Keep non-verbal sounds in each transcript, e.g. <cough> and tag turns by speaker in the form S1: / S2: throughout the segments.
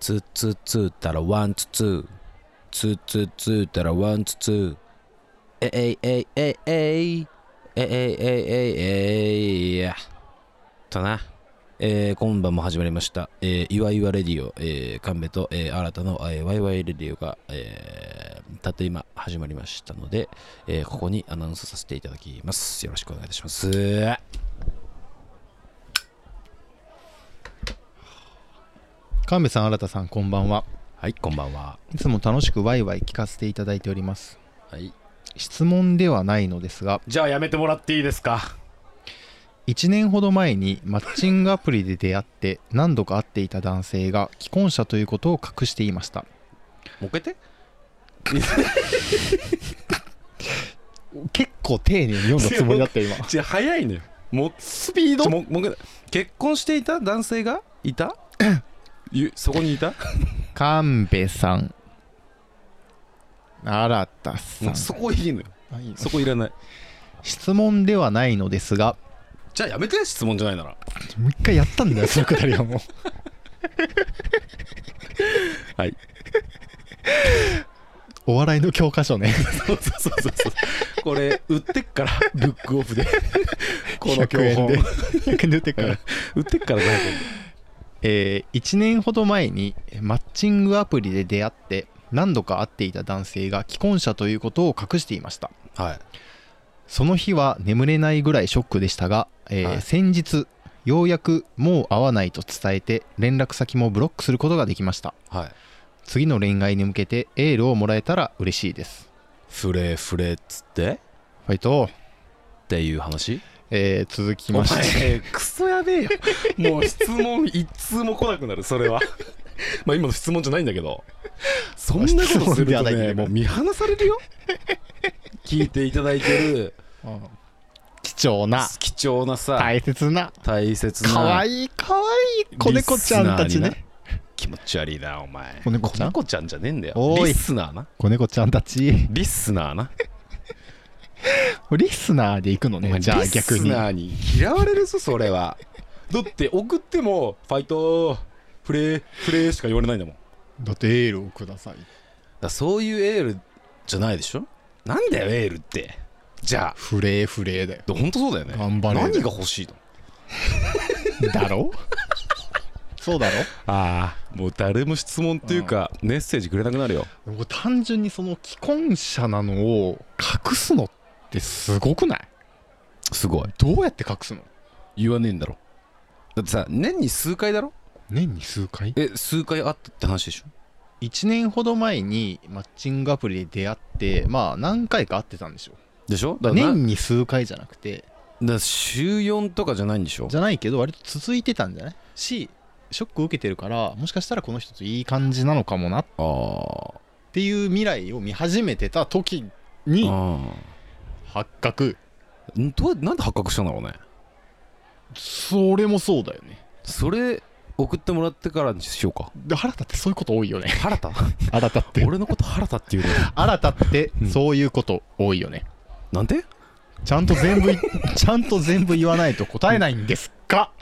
S1: ツーツーツーたらワンツーツーツーツーツーたらワンツーツーえいえいえいえいえいえいえいえいえいとなえー、今晩も始まりました、えー、いわいわレディオ、えー、神戸と、えー、新たの、えー、ワイワイレディオが、えー、たった今始まりましたので、えー、ここにアナウンスさせていただきます。よろしくお願いいたします。
S2: 神戸さん新田さんこんばんは
S1: はい、こんばんは。
S2: いつも楽しくワイワイ聞かせていただいております
S1: はい。
S2: 質問ではないのですが
S3: じゃあやめてもらっていいですか
S2: 1年ほど前にマッチングアプリで出会って何度か会っていた男性が既婚者ということを隠していました
S1: もう一回言って。
S3: <laughs>
S2: 結構丁寧に読んだつもりだった今
S1: じゃ早いのよ。もう、
S2: スピー
S1: ちょもうもう一回結婚していた男性がいた <coughs> ゆそこにいた
S2: <laughs> 神戸さん新田さ
S1: も
S2: ん
S1: うそこいいのよ。
S2: あいいの
S1: そこいらない。
S2: 質問ではないのですが
S1: じゃあやめて、質問じゃないなら。
S2: もう一回やったんだよそのくだりはもう
S1: <laughs> はい
S2: お笑いの教科
S1: <laughs>
S2: 書ね
S1: そうそうそうそう。これ、売ってっから、ブックオ <laughs> フで。この教
S2: 100円
S1: 本
S2: で。100円で売ってっから
S1: 売ってっから500
S2: えー1年ほど前にマッチングアプリで出会って何度か会っていた男性が既婚者ということを隠していました
S1: 円。はい。
S2: その日は眠れないぐらいショックでしたが、えー
S1: はい
S2: 先日ようやくもう会わないと伝えて連絡先もブロックすることができました
S1: はい。
S2: 次の恋愛に向けてエールをもらえたら嬉しいです
S1: フレフレっつって
S2: ファイト、
S1: っていう話
S2: えー続き
S1: お
S2: まして
S1: 前、クソやべえよ。 <laughs> もう質問一通も来なくなる、それは。 <laughs> まあ今の質問じゃないんだけど。そんなことす
S2: 質問
S1: る
S2: では
S1: と
S2: ないんだ
S1: ね、
S2: けど
S1: もう見放されるよ。聞いていただいてる
S2: うん貴重な
S1: 貴重なさ、
S2: 大切な
S1: 大切な。
S2: かわいいかわいい子猫ちゃんたち
S1: リスナーに
S2: ね
S1: 気持ち悪いな、お前。
S2: 子猫ちゃん
S1: 子猫ちゃんじゃねえんだよ。
S2: おい
S1: リスナーな。
S2: 子猫ちゃんたち
S1: リスナーな。
S2: リスナーで行くの
S1: お
S2: ね
S1: 前
S2: じゃあ逆
S1: リス
S2: に
S1: ナーに嫌われるぞそれはだって送っても「ファイトーフレーフレー」しか言われないんだもんだか
S2: だってエールをください
S1: らそういうエールじゃないでしょなんだよエールってじゃ
S2: フレーフレーだよ
S1: あ本当そうだよね
S2: 頑張れ
S1: 何が欲しいの
S2: だろそうだろ
S1: ああもう誰も質問っていうかメッセージくれなくなるよ
S2: もう単純にその既婚者なのを隠すのってすごくない
S1: すごい
S2: どうやって隠すの
S1: 言わねえんだろだってさ年に数回だろ
S2: 年に数回
S1: え数回あったって話でしょ
S2: 1年ほど前にマッチングアプリで出会ってまあ何回か会ってたんでしょ
S1: でしょだからなだか
S2: 年に数回じゃなくて
S1: ら週4とかじゃないんでしょ
S2: じゃないけど割と続いてたんじゃないしショックを受けてるからもしかしたらこの人といい感じなのかもなっ
S1: あー
S2: ていう未来を見始めてた時に
S1: あ
S2: 発覚
S1: ーんどうなんで発覚したんだろうね
S2: それもそうだよね
S1: それ送ってもらってからにしようか
S2: で新田ってそういうこと多いよね
S1: 原田
S2: 新田 <laughs> って
S1: 俺のこと原田っていうの
S2: 新田って
S1: うん
S2: そういうこと多いよね、
S1: なんで
S2: ちゃんと全 <laughs> 部いちゃんと全部言わないと答えないんですか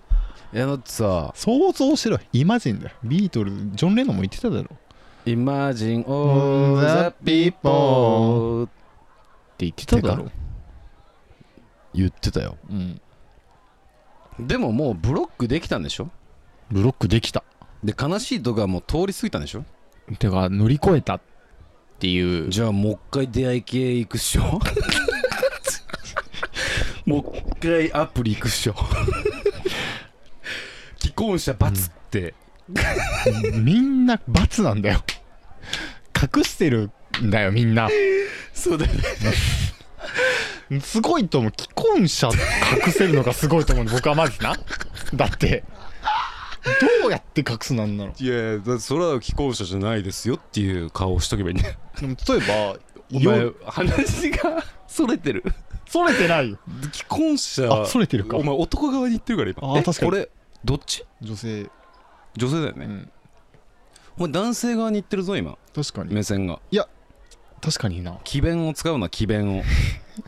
S1: いやだってさ
S2: 想像しろよイマジンだよビートルジョン・レノンも言ってただろっ
S1: 「Imagine all the people
S2: て言ってただろ
S1: て」言ってたよ
S2: うん
S1: でももうブロックできたんでしょ
S2: ブロックできた
S1: で悲しいとこはもう通り過ぎたんでしょ
S2: てか乗り越えたっていう
S1: じゃあもう一回出会い系行くっしょ <laughs> もう一回アプリ行くっしょ既婚者罰って、
S2: みんな罰なんだよ隠してるんだよみんな
S1: そうだよね
S2: すごいと思う既婚者隠せるのがすごいと思う僕はまずなだってどうやって隠すなんだろ
S1: いやいやそれは既婚者じゃないですよっていう顔をしとけばいいね
S2: うでも例え
S1: お
S2: ば
S1: 前
S2: よ
S1: 話がそれてる
S2: それてないよ
S1: 既婚者
S2: あそれてるか
S1: お前男側に言ってるから今
S2: あ
S1: え
S2: 確かに
S1: これどっち
S2: 女性、
S1: 女性だよね、
S2: うん、
S1: お前男性側に言ってるぞ今
S2: 確かに
S1: 目線が
S2: いや確かにな。
S1: 詭弁を使うな詭
S2: <laughs>
S1: 弁を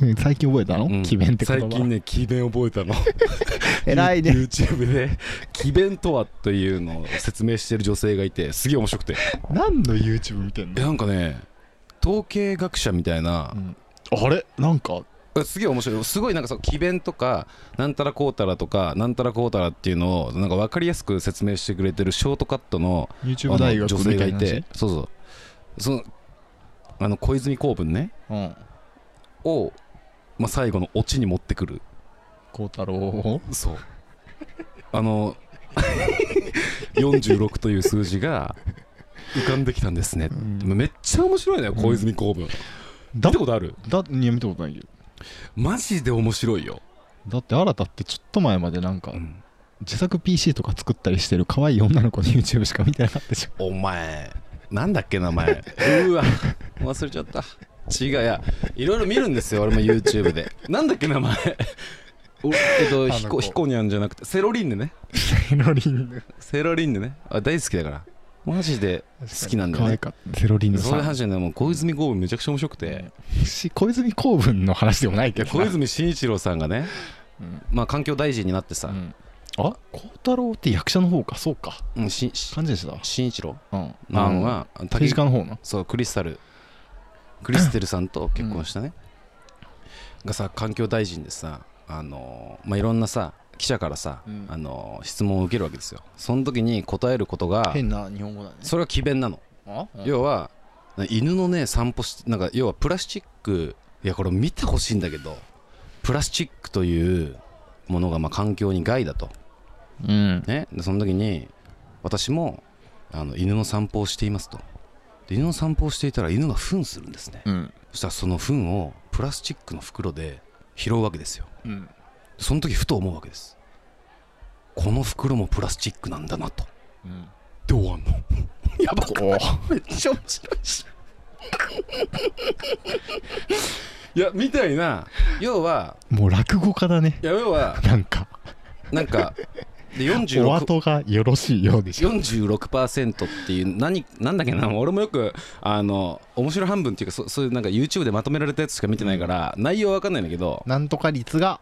S2: うん最近覚えたの
S1: うん
S2: 奇弁って言
S1: 最近
S2: 葉。
S1: ね詭弁覚えたの
S2: <laughs> 偉いね。
S1: <laughs> YouTube で詭弁とはというのを説明してる女性がいてすげえ面白くて
S2: 何の YouTube 見てん
S1: え
S2: の
S1: なんかね統計学者みたいな
S2: うんあれなんか、
S1: えすげえ面白いすごいなんかその詭弁とかなんたらこうたらとかなんたらこうたらっていうのをなんか分かりやすく説明してくれてるショートカットの
S2: YouTube 大
S1: あの
S2: 学
S1: 女
S2: み
S1: 性
S2: た
S1: が
S2: い
S1: い
S2: な
S1: て
S2: 話。
S1: そうそうそのあの小泉公文ね
S2: うん。
S1: を、まあ、最後のオチに持ってくる
S2: 孝太郎を。
S1: そうあの <laughs> 46という数字が浮かんできたんですね、
S2: うん
S1: めっちゃ面白いね小泉公文、
S2: だ
S1: 見たことある
S2: だいや見たことないよ
S1: マジで面白いよ、
S2: だって新たってちょっと前までなんか
S1: うん
S2: 自作 PC とか作ったりしてる可愛い女の子の YouTube しか見てなかったでしょ
S1: お前なんだっけ名前うーわ忘れちゃった違ういやいろいろ見るんですよ俺も YouTube でなんだっけ名 <laughs> 前おえっと
S2: の子
S1: ヒコヒコニャンじゃなくてセロリンヌね
S2: セロリンヌ
S1: セロリンヌねあ大好きだからマジで好きなんだよ
S2: 可
S1: ね
S2: 愛かったセロリンヌ
S1: そう
S2: さ
S1: いうん話じゃないもう小泉剛文めちゃくちゃ面白くて
S2: し小泉公文の話でもない
S1: い
S2: け
S1: や
S2: ど
S1: 小
S2: な
S1: 泉進一郎さんがね
S2: うん
S1: まあ環境大臣になってさ、
S2: うんあ孝太郎って役者の方かそうか
S1: うん、しし
S2: 感じでした
S1: 進一郎
S2: うん
S1: さ
S2: あ
S1: ん
S2: の
S1: は
S2: 政治家の方な
S1: そうクリスタルクリステルさんと結婚したね、がさ環境大臣でさあのーまあいろんなさ記者からさ、
S2: うん
S1: あのー質問を受けるわけですよその時に答えることが
S2: 変な日本語だね
S1: それは詭弁なの、
S2: あ
S1: 要は犬のね散歩しなんか要はプラスチックいやこれ見てほしいんだけどプラスチックというものがまあ環境に害だと
S2: うん
S1: ね、でその時に私もあの犬の散歩をしていますとで犬の散歩をしていたら犬が糞するんですね
S2: うん
S1: そしたらその糞をプラスチックの袋で拾うわけですよ
S2: うん
S1: その時ふと思うわけですこの袋もプラスチックなんだなとで終わんのやば
S2: こ
S1: めっちゃ面白いしいやみたいな要は
S2: うもう落語家だね
S1: いや要は
S2: なんか
S1: なんかで46
S2: お後がよろしいようでしょ
S1: 46%っていう何なんだっけな俺もよくあの面白半分っていうかそそういうなんか YouTube でまとめられたやつしか見てないから、内容は分かんないんだけど
S2: なんとか率が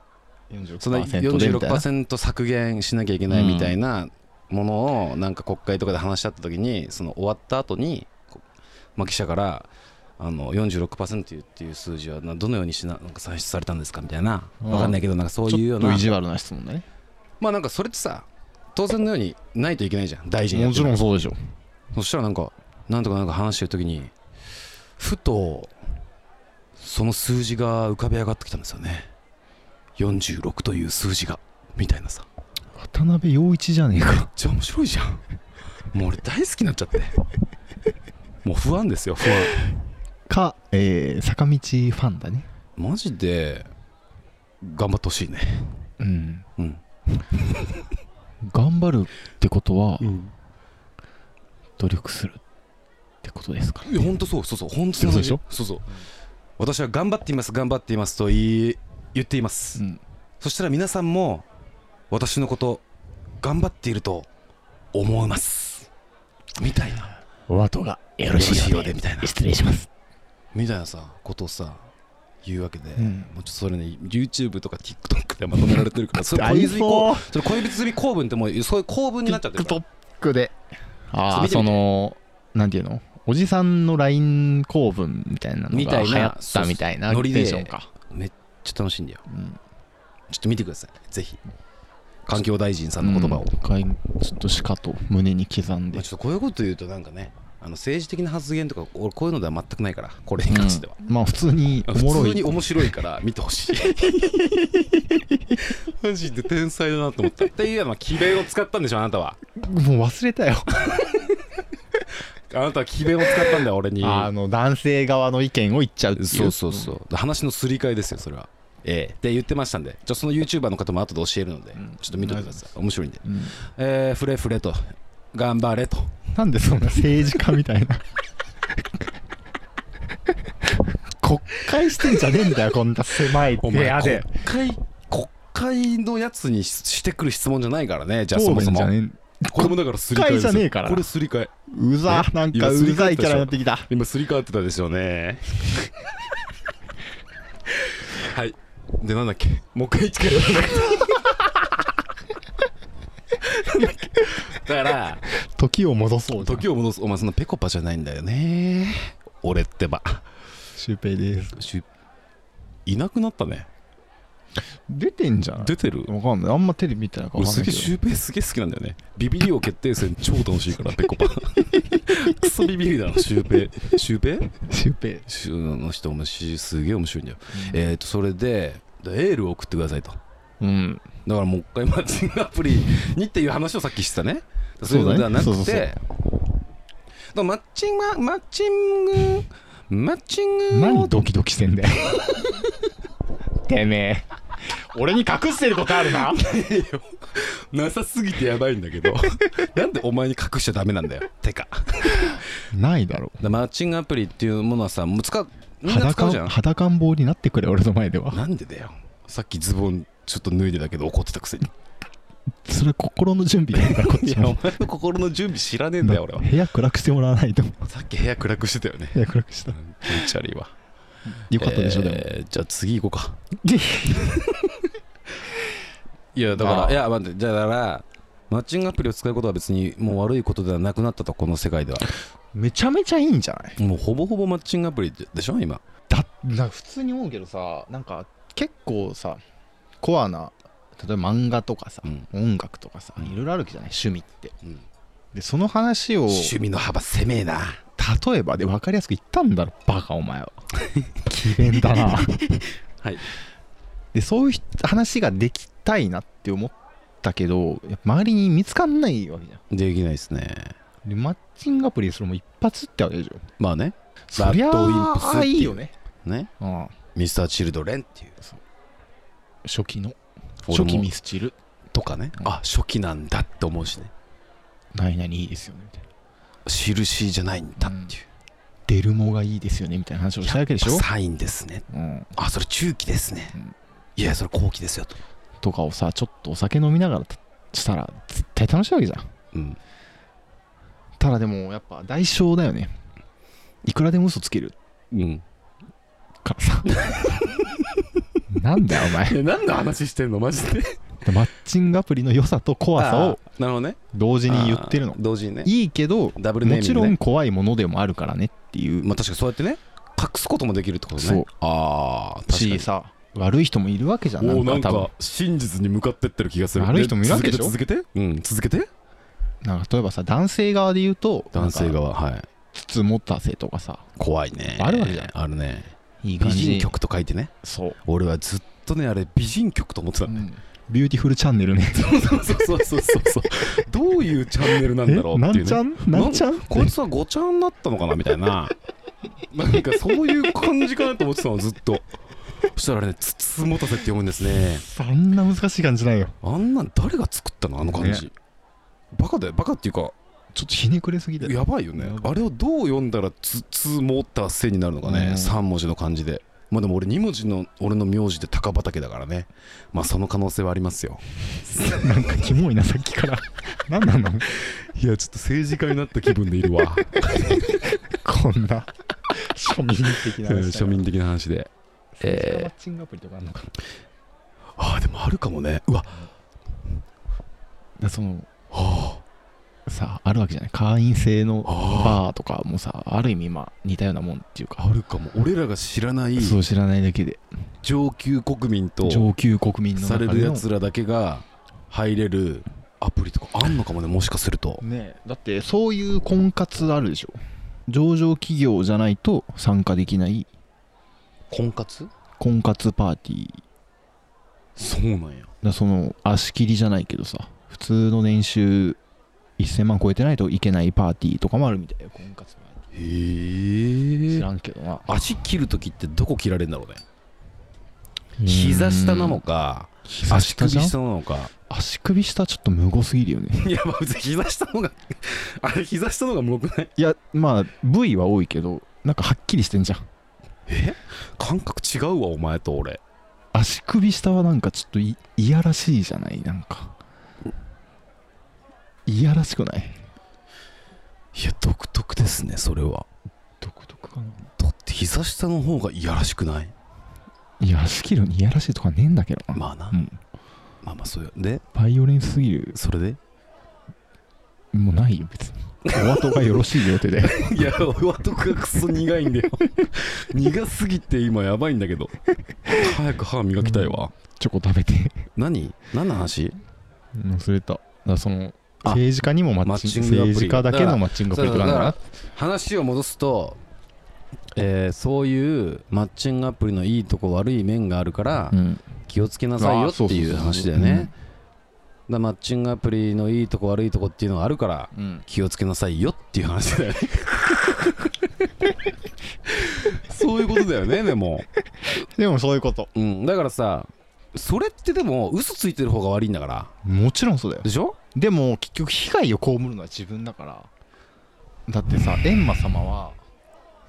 S1: その
S2: 46%でみたいな
S1: 46%削減しなきゃいけないみたいなものをなんか国会とかで話し合った時にその終わった後にこまあ記者からあの46%っていう数字はなどのようにしななんか算出されたんですかみたいな
S2: うん
S1: 分かんないけどなんかそういうよう
S2: ちょっと
S1: な
S2: 意地悪な質問だね
S1: まあなんかそれってさ当然のようにないといけないじゃん大臣やっ
S2: も
S1: てる
S2: ちろんそうでしょ
S1: そしたらなんかなんとかなんか話してる時にふとその数字が浮かび上がってきたんですよね46という数字がみたいなさめっ
S2: 渡辺陽一じゃねえか
S1: ちゃ面白いじゃんもう俺大好きになっちゃってもう不安ですよ不安
S2: か、えー、坂道ファンだね
S1: マジで頑張ってほしいね
S2: うん
S1: うん、
S2: 頑張るってことは
S1: ん、
S2: 努力するってことですから
S1: いや本当そうそうそう本当
S2: そうでしょ
S1: そうそう私は頑張っています頑張っていますと言い言っています、
S2: うん
S1: そしたら皆さんも私のこと頑張っていると思いますみたいな
S2: お後がよ
S1: ろしいようでみたいな
S2: 失礼します
S1: みたいなさことをさ言うわけで、
S2: うん
S1: もうちょっとそれね YouTube とか TikTok でまとめられて <laughs> るからそれ小泉公
S2: 大
S1: それ小泉公文ってもうそういう公文になっちゃってるから
S2: TikTok であ
S1: そう
S2: あ
S1: 見てみて
S2: そのなんていうのおじさんの LINE 公文みたいなの
S1: みた
S2: が
S1: い
S2: 流
S1: な
S2: 行ったみたいな
S1: そうそうノリで
S2: テンションか、
S1: めっちゃ楽しいんだよ
S2: うん、
S1: ちょっと見てくださいぜひ環境大臣さんの言葉を、
S2: うん一回ちょっとしかと胸に刻んで
S1: まあ、ちょっとこういうこと言うとなんかねあの政治的な発言とか俺こういうのでは全くないからこれに関しては、
S2: うんまあ普通におもろ
S1: 普
S2: い
S1: 通に面白いから見てほしい <laughs> マジで天才だなと思ったっていうような詭弁を使ったんでしょあなたは
S2: もう忘れたよ
S1: あなたは詭弁を使ったんだよ俺に
S2: あの男性側の意見を言っちゃうっていう
S1: そうそうそう、話のすり替えですよそれはええで言ってましたんでじゃあその YouTuber の方も後で教えるので、
S2: ん
S1: ちょっと見ておいてください面白いんで
S2: うん、
S1: えー、フレフレと頑張れと
S2: なんでそんな政治家みたいな <laughs> 国会してんじゃねえんだよこんな狭い部屋で
S1: 国会国会のやつにししてくる質問じゃないからねじゃあそ
S2: 答
S1: もそ
S2: 弁じ
S1: も
S2: ゃねえん
S1: これもだからすり替え
S2: こ
S1: で
S2: れ
S1: す
S2: じゃねえから
S1: これすり替え
S2: うざ
S1: ね
S2: なん
S1: 今
S2: かう
S1: すり替え
S2: ざい
S1: た
S2: キャラになってきた
S1: 今すり替わってたでしょうねはいでなんだっけもう一回一からやらなくてなんだっけだから
S2: 時を戻そうじゃん
S1: 時を戻すお前そんなペコパじゃないんだよね俺ってば
S2: シュウペイです
S1: しいなくなったね
S2: 出てんじゃない
S1: 出てる
S2: わかんないあんまテレビ見てないから
S1: 俺
S2: わかんな
S1: すげ
S2: いけ
S1: えシュ
S2: ど
S1: ウペイすげえ好きなんだよねビビリ王決定戦超楽しい
S2: <laughs>
S1: からペコパクソビビリだなシュウペイシュウペイ
S2: シュウペイ
S1: シュウの人もしすげえ面白いんだよ、えっ、ー、とそれでエールを送ってくださいと
S2: うん
S1: だからもう一回マッチングアプリにっていう話をさっきしてたねそういうのではなくて
S2: そうだね
S1: だからマッチングマッチングマッチングを
S2: 何ドキドキしてんだよてめえ俺に隠してることあるな
S1: <laughs> なさすぎてやばいんだ <laughs> けどなんでお前に隠しちゃダメなんだよてかだか
S2: ないだろ
S1: らマッチングアプリっていうものはさもう使うみんな使うじゃん
S2: 裸裸ん坊になってくれ俺の前では
S1: なんでだよさっきズボンちょっと脱いでたけど怒ってたくせに
S2: それ心の準備だからこっ
S1: い
S2: ち
S1: やお
S2: も
S1: 前の心の準備知らねえんだよ俺は
S2: 部屋暗くしてもらわないと
S1: さっき部屋暗くしてたよね
S2: 部屋暗くした
S1: 気持ち悪いわ
S2: よかったでしょでも
S1: えーじゃあ次行こうか <laughs> いやだか
S2: あ
S1: ら
S2: ー
S1: いや待ってじゃあだからマッチングアプリを使うことは別にもう悪いことではなくなったとこの世界では
S2: めちゃめちゃいいんじゃない
S1: もうほぼほぼマッチングアプリでしょ今
S2: だな普通に思うけどさなんか結構さコアな例えば漫画とかさ、
S1: うん
S2: 音楽とかさ
S1: うん
S2: いろいろあるわけじゃない趣味って、
S1: うん
S2: でその話を
S1: 趣味の幅狭えな
S2: 例えばで分かりやすく言ったんだろバカお
S1: <laughs>
S2: 前は奇弁だな
S1: はい
S2: でそういうひ話ができたいなって思ったけどやっぱ周りに見つかんないわけじゃん
S1: できないですね
S2: でマッチングアプリでそれも一発ってわけでしょ
S1: まあね
S2: そりゃ
S1: ラッドウィンプスって
S2: あ
S1: いう
S2: いいよね
S1: ね
S2: ああ
S1: ミスターチルドレンっていう
S2: 初期の
S1: 俺も
S2: 初期ミスチル
S1: とかねあ初期なんだって思うしね
S2: 何々いいですよねみたいな
S1: 印じゃないんだっていう、
S2: デルモがいいですよねみたいな話をしたわけでしょ、
S1: サインですね
S2: うん、
S1: あそれ中期ですね、
S2: うん
S1: いやそれ後期ですよと、
S2: とかをさちょっとお酒飲みながらたしたら絶対楽しいわけじゃん
S1: うん、
S2: ただでもやっぱ代償だよねいくらでも嘘つける
S1: うん。
S2: から
S1: <laughs>
S2: さなんだよお前
S1: 何の話してんのマジで。
S2: マッチングアプリの良さと怖さを
S1: あー。なるほどね。
S2: 同時に言ってるの
S1: あー同時にね。
S2: いいけど
S1: ダブルネー
S2: も
S1: ミン
S2: ち
S1: グ
S2: ろ
S1: ね
S2: ん怖いものでもあるからねっていう、
S1: まあ確かにそうやってね、隠すこともできるってことね。
S2: そう。
S1: ああ、確か
S2: し
S1: に。
S2: さ悪い人もいるわけじゃんなんか多分
S1: 真実に向かってってる気がす
S2: 悪い人もいるわけでしょ
S1: 続けて続けてうん続けて
S2: なんか例えばさ男性側で言うと
S1: 男性
S2: なんか
S1: 側はい
S2: つつ持たせとかさ
S1: 怖いね
S2: あるわけじゃん
S1: あるね
S2: いい
S1: 美
S2: 感じ
S1: 人
S2: に
S1: 曲と書いてね
S2: そう
S1: 俺はずっとねあれ美人曲と思ってたんだよ
S2: ビューティフルチャンネルね。
S1: <laughs> そうそうそうそうそうどういうチャンネルなんだろう
S2: <laughs> な
S1: ってい
S2: ん
S1: う
S2: ちゃ
S1: ね
S2: んなんちゃん
S1: こいつはごちゃんだったのかなみたいな <laughs> なんかそういう感じかなと思ってたのずっとそしたらね「つつもたせ」って読むんですね
S2: そんな難しい感じないよ。
S1: あんなん誰が作ったのあの感じ、バカだよバカっていうか
S2: ちょっとひねくれすぎだよ。
S1: やばいよね
S2: やばい
S1: あれをどう読んだら「つつもたせ」になるのかね、
S2: うん
S1: 3文字の漢字でまあでも俺2文字の俺の名字で高畑だからねまあその可能性はありますよ
S2: なんかキモいな、さっきから。なんなの
S1: いやちょっと政治家になった気分で <laughs> いるわ
S2: こんな庶民的な話だよ。
S1: 庶民的な話で
S2: 政治家マッチングアプリとかあるのか。
S1: ああでもあるかもねうわ
S2: その、さあ、あるわけじゃない。会員制のバーとかもさ、ある意味、まあ、似たようなもんっていう
S1: あ
S2: か、
S1: るかも俺らが知らない
S2: そう知らないだけで、
S1: 上級国民と
S2: 上級国民の
S1: され
S2: 中での
S1: るやつらだけが入れるアプリとかあんのかもねもしかすると
S2: ねえだってそういう婚活あるでしょ上場企業じゃないと参加できない
S1: 婚活
S2: 婚活パーティー
S1: そうなんや
S2: だその足切りじゃないけどさ普通の年収1000万超えてないといけないパーティーとかもあるみたいよ婚活パーティー
S1: へ
S2: 知
S1: え
S2: らんけどな
S1: 足切るときってどこ切られるんだろうね膝下なのか
S2: 膝
S1: 足
S2: 下
S1: 首
S2: じゃん
S1: 下なのか
S2: 足首下ちょっと無語すぎるよね
S1: <laughs> いやまあ別に <laughs> 膝下の方があれ膝下の方が動くない
S2: いやまあ部位は多いけどなんかはっきりしてんじゃん
S1: え感覚違うわお前と俺
S2: 足首下はなんかちょっといいやらしいじゃないなんかいやらしくない
S1: いや独特ですねそれは
S2: 独特かな
S1: だって膝下の方がいやらしくない
S2: いやらしきるにいやらしいとかねえんだけどな、
S1: まあな、
S2: うん、
S1: まあまあそうよで
S2: バイオレンスすぎる
S1: それで
S2: もうないよ別にお後がよろしい予定 <laughs> で
S1: <laughs> いや和徳がクソ苦いんだよ <laughs> 苦すぎて今やばいんだけど早く歯磨きたいわ、
S2: チョコ食べて
S1: 何何の話
S2: 忘れただからその
S1: あ
S2: 政治家にもマッチング
S1: マッチングアプリ
S2: 政治家だけのマッチングアプリとかなんだな
S1: 話を戻すと、えーそういうマッチングアプリのいいとこ悪い面があるから
S2: うん
S1: 気をつけなさいよ
S2: あ
S1: って
S2: そうそうそう
S1: いう話だよねだからマッチングアプリのいいとこ悪いとこっていうのがあるから
S2: うん
S1: 気をつけなさいよっていう話だよね
S2: <laughs>
S1: そういうことだよねでも、
S2: でもそういうこと
S1: うん、だからさそれってでも嘘ついてる方が悪いんだから
S2: もちろんそうだよ
S1: でしょ
S2: でも結局被害を被るのは自分だからだってさ閻魔様は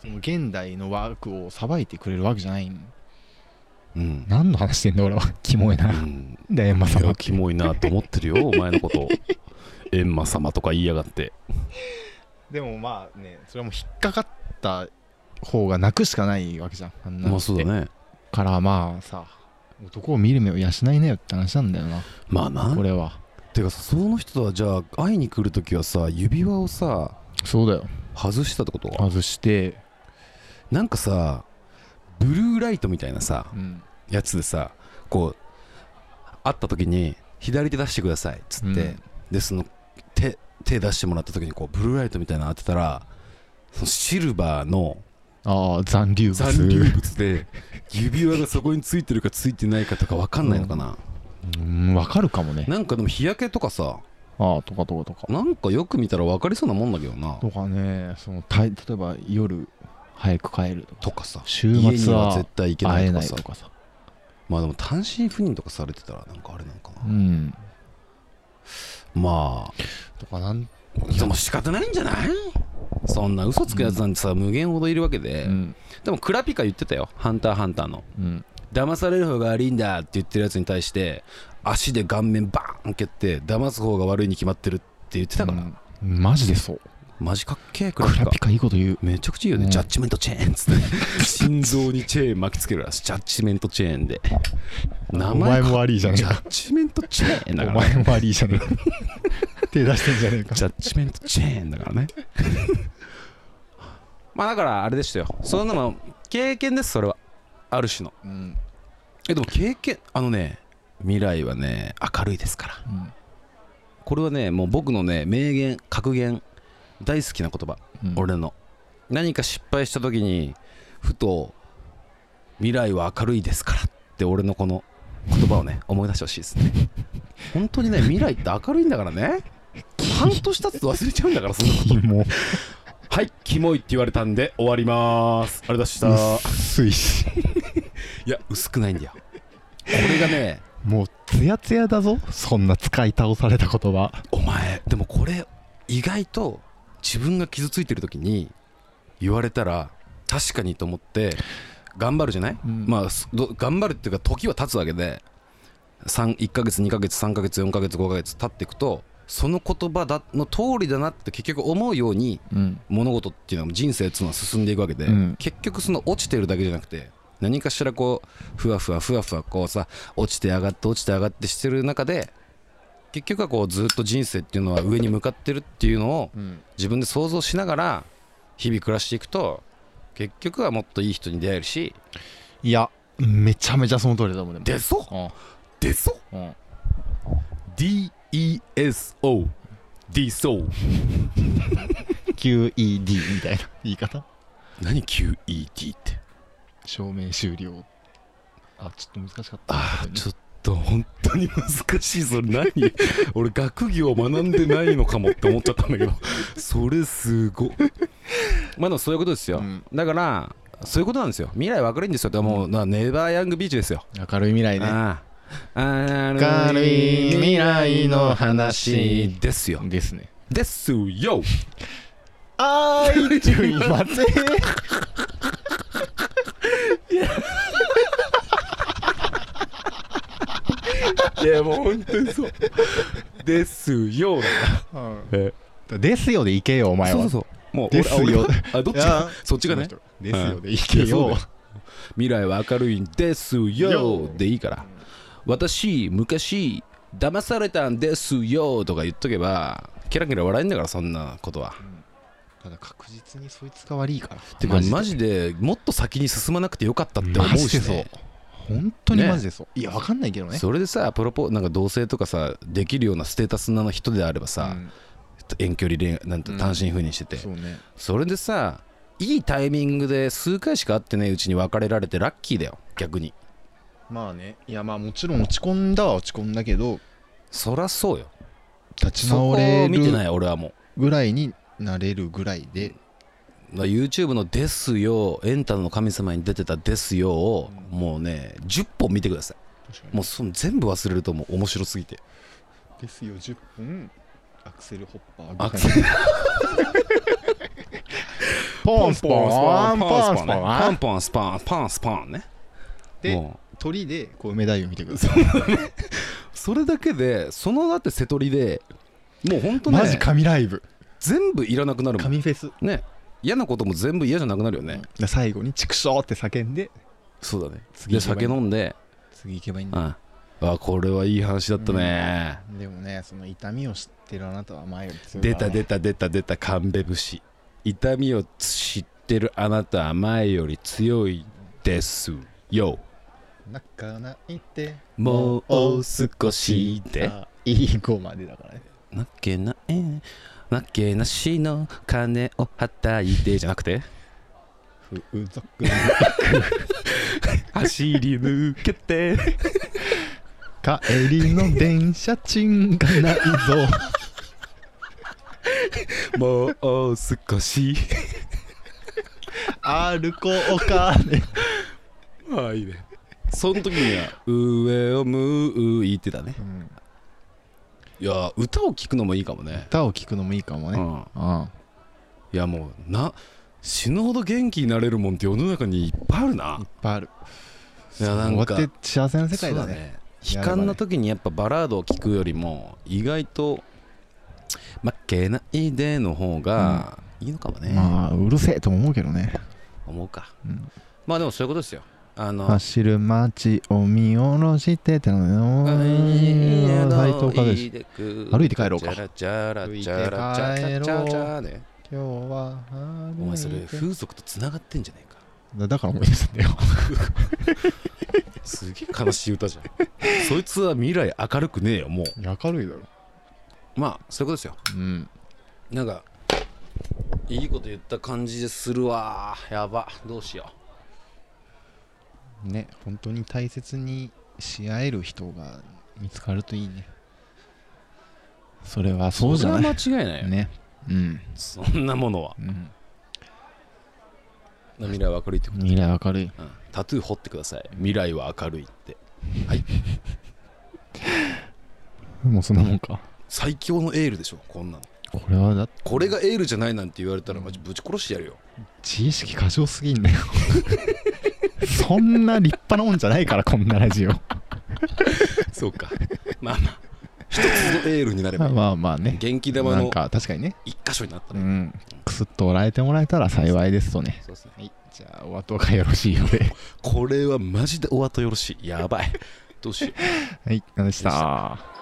S2: その現代のワークを裁いてくれるわけじゃないん
S1: うん、、
S2: 何の話してんだ俺はキモいうなんだ閻魔
S1: い
S2: 様
S1: やキモいなと思ってるよお前のこと
S2: <laughs>
S1: エンマ様とか言いやがって
S2: でもまあねそれはもう引っかかった方が泣くしかないわけじゃんあんなの
S1: まあそうだね
S2: からまあさ男を見る目を養いなよって話なんだよな
S1: まあな
S2: これは
S1: てかさその人とはじゃあ会いに来るときはさ指輪をさ
S2: そうだよ
S1: 外したってこと
S2: 外して
S1: なんかさブルーライトみたいなさ
S2: うん
S1: やつでさこう会った時に左手出してくださいっつって、
S2: うん
S1: でその手手出してもらった時にこうブルーライトみたいなの当てたらそのシルバーの
S2: ああ残留物
S1: 残留物で指輪がそこについてるかついてないかとか分かんないのかな、
S2: うんわかるかもね
S1: なんかでも日焼けとかさ
S2: ああとかとかとか
S1: なんかよく見たら分かりそうなもんだけどな
S2: とかねそのた例えば夜早く帰る
S1: と
S2: とか
S1: かさ
S2: 週
S1: 家に
S2: 末
S1: は
S2: は
S1: 絶対行けな
S2: 会
S1: い
S2: え
S1: と
S2: な
S1: か
S2: い
S1: さ
S2: とかさ
S1: まあでも単身赴任とかされてたらなんかあれなのかな
S2: う、ん
S1: まあ
S2: とかなん
S1: でも仕方ないんじゃないそんな嘘つくやつなんてさ、無限ほどいるわけで、
S2: うん
S1: でもクラピカ言ってたよ「ハンターハンター」の
S2: うん
S1: 騙される方が悪いんだって言ってるやつに対して足で顔面バーン蹴って騙す方が悪いに決まってるって言ってたから、
S2: うんマジでそう
S1: マジかっけえク
S2: ク
S1: ラピ
S2: ラ
S1: カ
S2: ピカいいこと言う
S1: めちゃくちゃいいよね、
S2: うん
S1: ジャッジメントチェーンっつって心臓にチェーン巻きつけるらしいジャッジメントチェーンで名前
S2: も悪いじ
S1: ジャッジメントチェーンだ
S2: お
S1: から、ね、
S2: 前も悪いじゃねえか手出してんじゃねえか
S1: ジャッジメントチェーンだからね <laughs> まあだからあれでしたよそんなの経験ですそれはある種の
S2: うん
S1: えでも経験あのね未来はね明るいですからこれはねもう僕のね名言格言大好きな言葉
S2: うん
S1: 俺の何か失敗した時にふと「未来は明るいですから」って俺のこの言葉をね思い出してほしいですね本当にね未来って明るいんだからね半年経つと忘れちゃうんだからそんな
S2: キモ
S1: はいキモいって言われたんで終わりますあれだした
S2: 薄いし
S1: いや薄くないんだよこれがね
S2: もうツヤツヤだぞそんな使い倒された言葉
S1: お前でもこれ意外と自分が傷ついてる時に言われたら確かにと思って頑張るじゃない、
S2: うん
S1: まあすど頑張るっていうか時は経つわけで1ヶ月2ヶ月3ヶ月4ヶ月5ヶ月経っていくとその言葉だの通りだなって結局思うように
S2: うん
S1: 物事っていうのは人生っていうのは進んでいくわけで、
S2: うん
S1: 結局その落ちてるだけじゃなくて何かしらこうふわふわふわふわこうさ落ちて上がって落ちて上がってしてる中で結局はこうずっと人生っていうのは上に向かってるっていうのを
S2: うん
S1: 自分で想像しながら日々暮らしていくと結局はもっといい人に出会えるし
S2: いやめちゃめちゃその通りだと思うでも
S1: 出そう
S2: うん
S1: 出そう
S2: うん
S1: DESO d そう
S2: QED みたいな言い方
S1: 何 QED って
S2: 証明終了あちょっと難しかった
S1: ああちょっと本当に難しいそれ <laughs> 何俺学業学んでないのかもって思っちゃったんだけどそれすごいまあでもそういうことですよ、
S2: うん
S1: だからそういうことなんですよ未来は明るいんですよってもう、なネバーヤングビーチですよ、
S2: 明るい未来ね
S1: ああ
S2: 明るい未来の話
S1: ですよ
S2: ですね
S1: ですよ
S2: あーいちょい <laughs> 待て
S1: いやもう本当に <laughs> そうですよえ
S2: ですよでいけよお前
S1: そう
S2: は
S1: そうそうもう
S2: ですよ
S1: 俺あ俺があどっち
S2: いや
S1: かそっちがね
S2: ですよでい
S1: い
S2: け
S1: やそう
S2: よ
S1: だよ未来は明るいんですよでいいから私昔騙されたんですよとか言っとけばキラキラ笑えんだからそんなことは
S2: ただ確実にそいつが悪いから
S1: てかマジでもっと先に進まなくてよかったって思
S2: マ
S1: う
S2: ジ
S1: し
S2: で
S1: ね
S2: そう本当に
S1: ね
S2: マジでそう、いやわかんないけどね
S1: それでさプロポなんか同棲とかさできるようなステータスの人であればさ、
S2: うん
S1: 遠距離恋愛なんて
S2: うん
S1: 単身赴任してて、
S2: そうね
S1: それでさいいタイミングで数回しか会ってないうちに別れられてラッキーだよ逆に
S2: まあねいやまあもちろん落ち込んだは落ち込んだけど
S1: そらそうよ
S2: 立ち
S1: そこ
S2: 直
S1: を
S2: れ
S1: 見てな
S2: る
S1: い俺はも
S2: ぐらいになれるぐらいで
S1: うだから YouTube の「ですよ」エンタの神様に出てた「ですよ」をもうね10本見てくださいもうその全部忘れるともう面白すぎて
S2: ですよ10分アクセルホッパー
S1: アクセ
S2: ルポンスポンポンスポン
S1: ポンポンスポンポンスポンね
S2: で
S1: もう
S2: 鳥でこう梅太夫見てください
S1: それだけでそのだって瀬取りでもうほんとね
S2: マジ神ライブ
S1: 全部いらなくなるもん
S2: 神フェス
S1: ね嫌なことも全部嫌じゃなくなるよね、
S2: で最後に「畜生!」って叫んで
S1: そうだね
S2: 次
S1: で
S2: 行けばい
S1: 酒
S2: い
S1: 飲んで、
S2: 次行けばいいん
S1: う
S2: だ
S1: ん、あこれはいい話だったね、
S2: でもねその痛みを知ってるあなたは前より強い
S1: 出た出
S2: た
S1: た出た出た神戸節痛みを知ってるあなたは前より強いですよ
S2: 泣かないって
S1: もう少しで
S2: あいい子までだからね
S1: なけないなけなしの金をはたいてじゃなくて
S2: 風俗
S1: <laughs> 走り抜けて
S2: 帰りの電車賃がない
S1: <laughs> も
S2: ぞ
S1: う少し。
S2: 歩こうかね
S1: ああ、いいね。その時には、上を向いてたね。いや、歌を聴くのもいいかもね。
S2: 歌を聴くのもいいかも
S1: う
S2: ね
S1: ん。
S2: うん
S1: いや、もう、な、死ぬほど元気になれるもんって世の中にいっぱいあるな。
S2: いっぱいある
S1: いや、なん
S2: そ
S1: か
S2: うや、って幸せな世界だ
S1: そう
S2: ね
S1: 悲観の時にやっぱバラードを聴くよりも、意外と、負けないでの方がいいのかもね。
S2: まあうるせえとも思うけどね
S1: 思うか。
S2: うん
S1: まあでもそういうことですよ。あの、
S2: 走る街を見下ろしてってのね斎藤和義歩いて帰ろうか
S1: じゃらじゃらじゃらじゃらじゃらじゃらじゃらね
S2: 今日は歩いて
S1: お前それ風俗と繋がってんじゃねえか
S2: だだから思い出すんだよ
S1: すげえ悲しい歌じゃん <laughs> そいつは未来明るくねえよも
S2: 明 <laughs> るいだろ
S1: うまあそういうことですよ
S2: うん
S1: なんかいいこと言った感じでするわやばどうしよ
S2: ね本当に大切にし合える人が見つかるといいねそれは
S1: う
S2: そうじゃない
S1: それは間違いないよ、
S2: ねうん、
S1: そんなものは
S2: うん、
S1: 未来は明るいってこ
S2: 未来明るい
S1: と、うん、タトゥー彫ってください未来は明るいってはい
S2: もうそんなもんか
S1: 最強のエールでしょこんなの
S2: これはだって
S1: これがエールじゃないなんて言われたらマジぶち殺してやるよ
S2: 自意識過剰すぎんだよ <laughs> そんな立派なもんじゃないからこんなラジオ
S1: そうか。まあまあ、一つのエールになればいい、
S2: まあまあね
S1: 元気玉
S2: な
S1: の
S2: んか確かにね
S1: 一箇所になった
S2: う
S1: ね。
S2: んくすっと笑えてもらえたら幸いですとね
S1: そうですね。
S2: はいじゃあお後がよろしいようで
S1: これはマジでお後よろしい。やばい。どうしよう。
S2: はい何でした